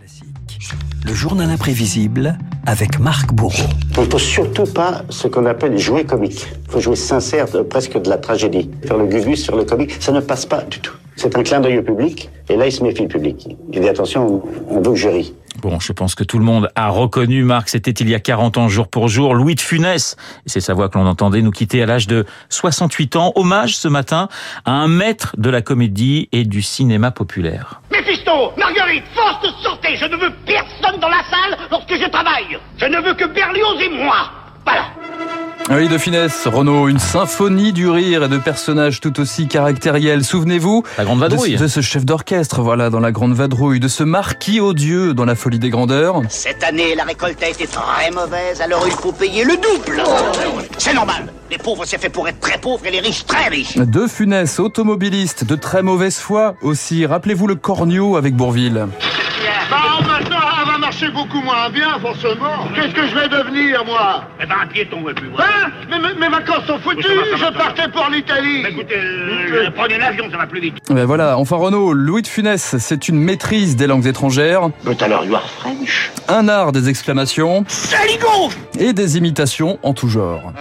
Classique. Le journal imprévisible avec Marc Bourreau. Il ne faut surtout pas ce qu'on appelle jouer comique. Il faut jouer sincère, de- presque de la tragédie. Faire le gugus sur le comique, ça ne passe pas du tout. C'est un clin d'œil au public, et là, il se méfie le public. Il dit attention, on veut que je rie. Bon, je pense que tout le monde a reconnu Marc, c'était il y a 40 ans jour pour jour, Louis de Funès, et c'est sa voix que l'on entendait nous quitter à l'âge de 68 ans. Hommage ce matin à un maître de la comédie et du cinéma populaire. Méphisto, Marguerite, force de sortez, je ne veux personne dans la salle lorsque je travaille. Je ne veux que Berlioz et moi. Voilà. Ah Oui, de finesse, Renaud, une symphonie du rire et de personnages tout aussi caractériels. Souvenez-vous La Grande Vadrouille. de, ce- de ce chef d'orchestre, voilà, dans la Grande Vadrouille, de ce marquis odieux dans la Folie des Grandeurs. Cette année, la récolte a été très mauvaise, alors il faut payer le double. C'est normal. Les pauvres, c'est fait pour être très pauvres et les riches, très riches. De Funès, automobiliste, de très mauvaise foi aussi. Rappelez-vous le Cornio avec Bourville. Bah, maintenant, elle va marcher beaucoup moins bien, forcément. Qu'est-ce que je vais devenir, moi Eh ben, un piéton, ouais, plus Hein mes, mes- mes vacances sont foutues, Oui, ça va, ça Bah, va, ça je va. partais pour l'Italie. Écoutez, euh, prenez l'avion, ça va plus vite. Ben voilà, enfin Renaud, Louis de Funès, c'est une maîtrise des langues étrangères, But alors, you are French. un art des exclamations Saligo et des imitations en tout genre.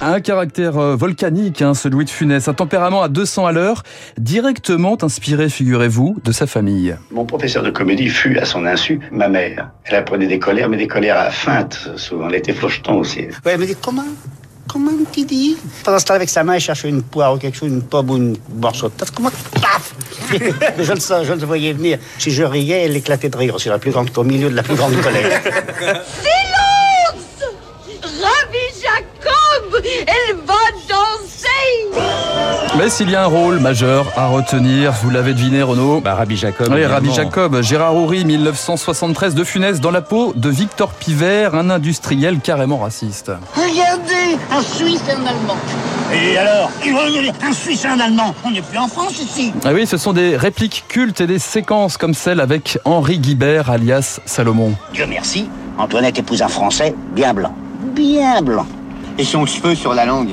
Un caractère euh, volcanique, hein, ce Louis de Funès, un tempérament à 200 à l'heure, directement inspiré, figurez-vous, de sa famille. Mon professeur de comédie fut, à son insu, ma mère. Elle apprenait des colères, mais des colères à feintes, souvent. Elle était flocheton aussi. Ouais, elle me dit comment Comment tu dis Pendant ce temps avec sa main, elle cherchait une poire ou quelque chose, une pomme ou une morceau de tarte. Comment Paf je, le, sens- je le voyais venir. Si je riais, elle éclatait de rire. C'est la plus grande, au milieu de la plus grande colère. Silence Ravi Jacob, elle va danser Mais s'il y a un rôle majeur à retenir, vous l'avez deviné Renaud Bah, Rabbi Jacob. Oui, évidemment. Rabbi Jacob, Gérard Houry, 1973, de Funès, dans la peau de Victor Pivert, un industriel carrément raciste. Regardez, un Suisse et un Allemand. Et alors Et regardez, un Suisse et un Allemand. On n'est plus en France ici. Ah oui, ce sont des répliques cultes et des séquences comme celle avec Henri Guibert, alias Salomon. Dieu merci, Antoinette épouse un Français bien blanc. Bien blanc. Et son cheveu sur la langue.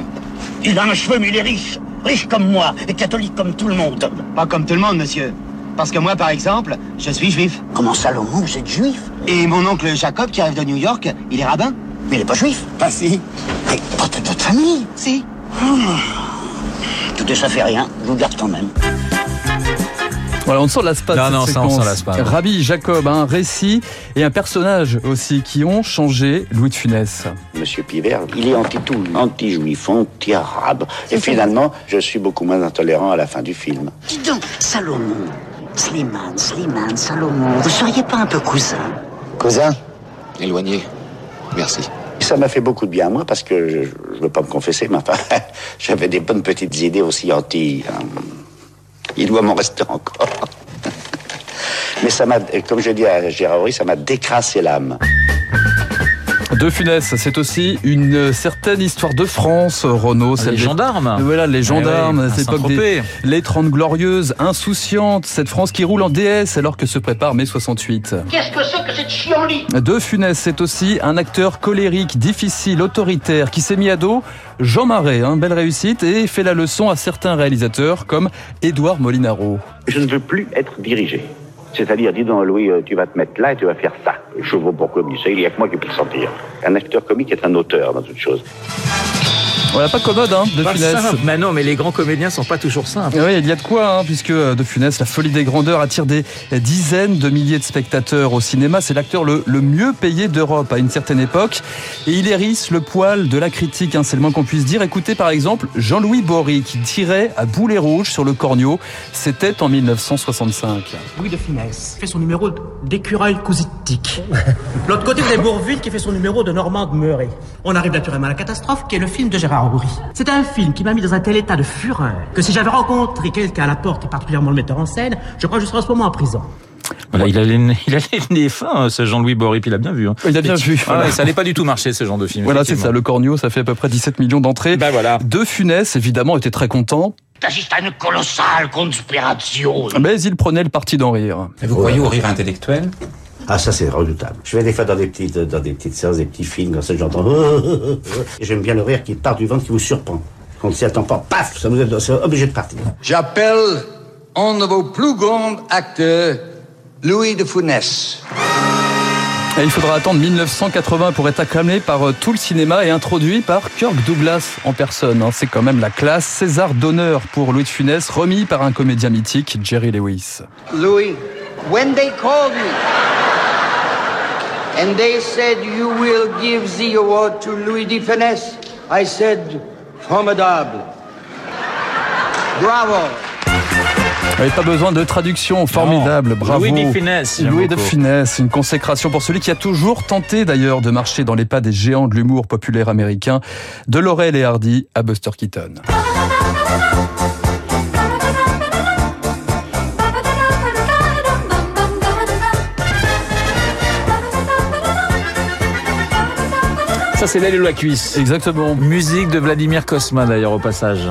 Il a un cheveu, mais il est riche. Riche comme moi et catholique comme tout le monde. Pas comme tout le monde, monsieur. Parce que moi, par exemple, je suis juif. Comment Salomon, vous êtes juif Et mon oncle Jacob, qui arrive de New York, il est rabbin. Mais il n'est pas juif. Pas si. Mais pas toute votre famille. Si. Tout ça fait rien, je vous garde quand même. Voilà, on ne s'en lasse pas de Non, cette non, ça, on séquence. s'en lasse pas. Rabbi Jacob, un récit et un personnage aussi qui ont changé Louis de Funès. Monsieur Pivert, il est anti-tout, anti-juif, anti-arabe. Et finalement, je suis beaucoup moins intolérant à la fin du film. Dis donc, Salomon. Slimane, Slimane, Salomon. Vous seriez pas un peu cousin Cousin Éloigné. Merci. Ça m'a fait beaucoup de bien à moi parce que je ne veux pas me confesser, mais enfin, j'avais des bonnes petites idées aussi anti. hein. Il doit m'en rester encore. Mais ça m'a, comme je dis à Gérard Horry, ça m'a décrassé l'âme. De Funès, c'est aussi une euh, certaine histoire de France, Renaud. Les celle des- gendarmes. Voilà, les Eh gendarmes, oui, à cette époque des, Saint-Tropez. les 30 glorieuses, insouciantes, cette France qui roule en DS alors que se prépare mai 68. Qu'est-ce que c'est que cette chienlit De Funès, c'est aussi un acteur colérique, difficile, autoritaire, qui s'est mis à dos Jean Marais, hein, belle réussite, et fait la leçon à certains réalisateurs comme Édouard Molinaro. Je ne veux plus être dirigé. C'est-à-dire, dis donc, Louis, euh, tu vas te mettre là et tu vas faire ça. Je vaux pour commissaire, il n'y a que moi qui peux le sentir. Un acteur comique est un auteur dans toute chose. Voilà, pas commode, hein, De Pas Funès. simple. Mais non, mais les grands comédiens sont pas toujours simples. Et Oui, il y a de quoi, hein, puisque euh, De Funès, la folie des grandeurs, attire des dizaines de milliers de spectateurs au cinéma. C'est l'acteur le, le mieux payé d'Europe à une certaine époque. Et il hérisse le poil de la critique, hein, c'est le moins qu'on puisse dire. Écoutez par exemple Jean-Louis Bory qui tirait à boulet rouge sur le corneau. C'était en 1965. Louis de Funès fait son numéro d'écureuil cousitique. L'autre côté, vous avez Bourville qui fait son numéro de Normand de Meuret. On arrive naturellement à la catastrophe qui est le film de Gérard Houry. C'est un film qui m'a mis dans un tel état de fureur que si j'avais rencontré quelqu'un à la porte et particulièrement le metteur en scène, je crois que je serais en ce moment en prison. Voilà, il allait le il allait le nez fin, ce Jean-Louis Boré, puis il a bien vu. hein. Il a bien Et- vu, Ah voilà. ouais, ça n'allait pas du tout marcher, ce genre de film. Voilà, c'est effectivement. ça. Le corneau, ça fait à peu près 17 millions d'entrées. Ben voilà. De Funès, évidemment, était très content, C'est une colossale conspiration. mais il prenait le parti d'en rire. Et vous croyez au rire intellectuel Ah, ça, c'est redoutable. Je vais des fois dans des petites, dans des petites séances, des petits films, comme ça, j'entends. Et J'aime bien le rire qui part du ventre, qui vous surprend. Quand on ne s'y attend pas, paf, ça vous est, c'est obligé de partir. J'appelle un de vos plus grands acteurs, Louis de Funès. Et il faudra attendre 1980 pour être acclamé par euh, tout le cinéma et introduit par Kirk Douglas en personne. hein. C'est quand même la classe. César d'honneur pour Louis de Funès, remis par un comédien mythique, Jerry Lewis. Louis, when they called me and they said you will give the award to Louis de Funès, I said, formidable. Bravo. Vous n'avez pas besoin de traduction, formidable, bravo. Louis de Funès, j'aime Louis de beaucoup. Funès, une consécration pour celui qui a toujours tenté d'ailleurs de marcher dans les pas des géants de l'humour populaire américain, de Laurel et Hardy à Buster Keaton. Ça, c'est l'aile ou la cuisse. Exactement. Musique de Vladimir Kosma, d'ailleurs, au passage.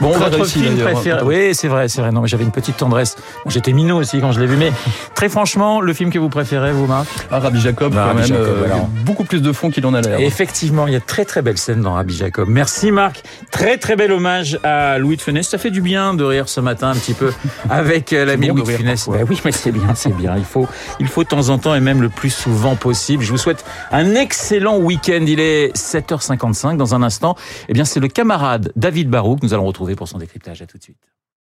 Bon, Très votre réussi, film d'ailleurs. hein. préféré. hein. Oui, c'est vrai, c'est vrai. Non, mais j'avais une petite tendresse. Bon, J'étais minot aussi quand je l'ai vu, mais très franchement, le film que vous préférez, vous, Marc Ah, Rabbi Jacob, Ah, quand Rabbi même, Jacob, euh, alors. beaucoup plus de fond qu'il en a l'air. Effectivement, il y a de très très belles scènes dans Rabbi Jacob. Merci Marc. Très très bel hommage à Louis de Funès. Ça fait du bien de rire ce matin un petit peu avec euh, l'ami bon Louis de de rire Funès. parfois. Ben oui, mais c'est bien, c'est bien. Il faut, il faut de temps en temps et même le plus souvent possible. Je vous souhaite un excellent week-end. Il est 7h55 dans un instant. Eh bien, c'est le camarade David Barou que nous allons retrouver pour son décryptage. À tout de suite.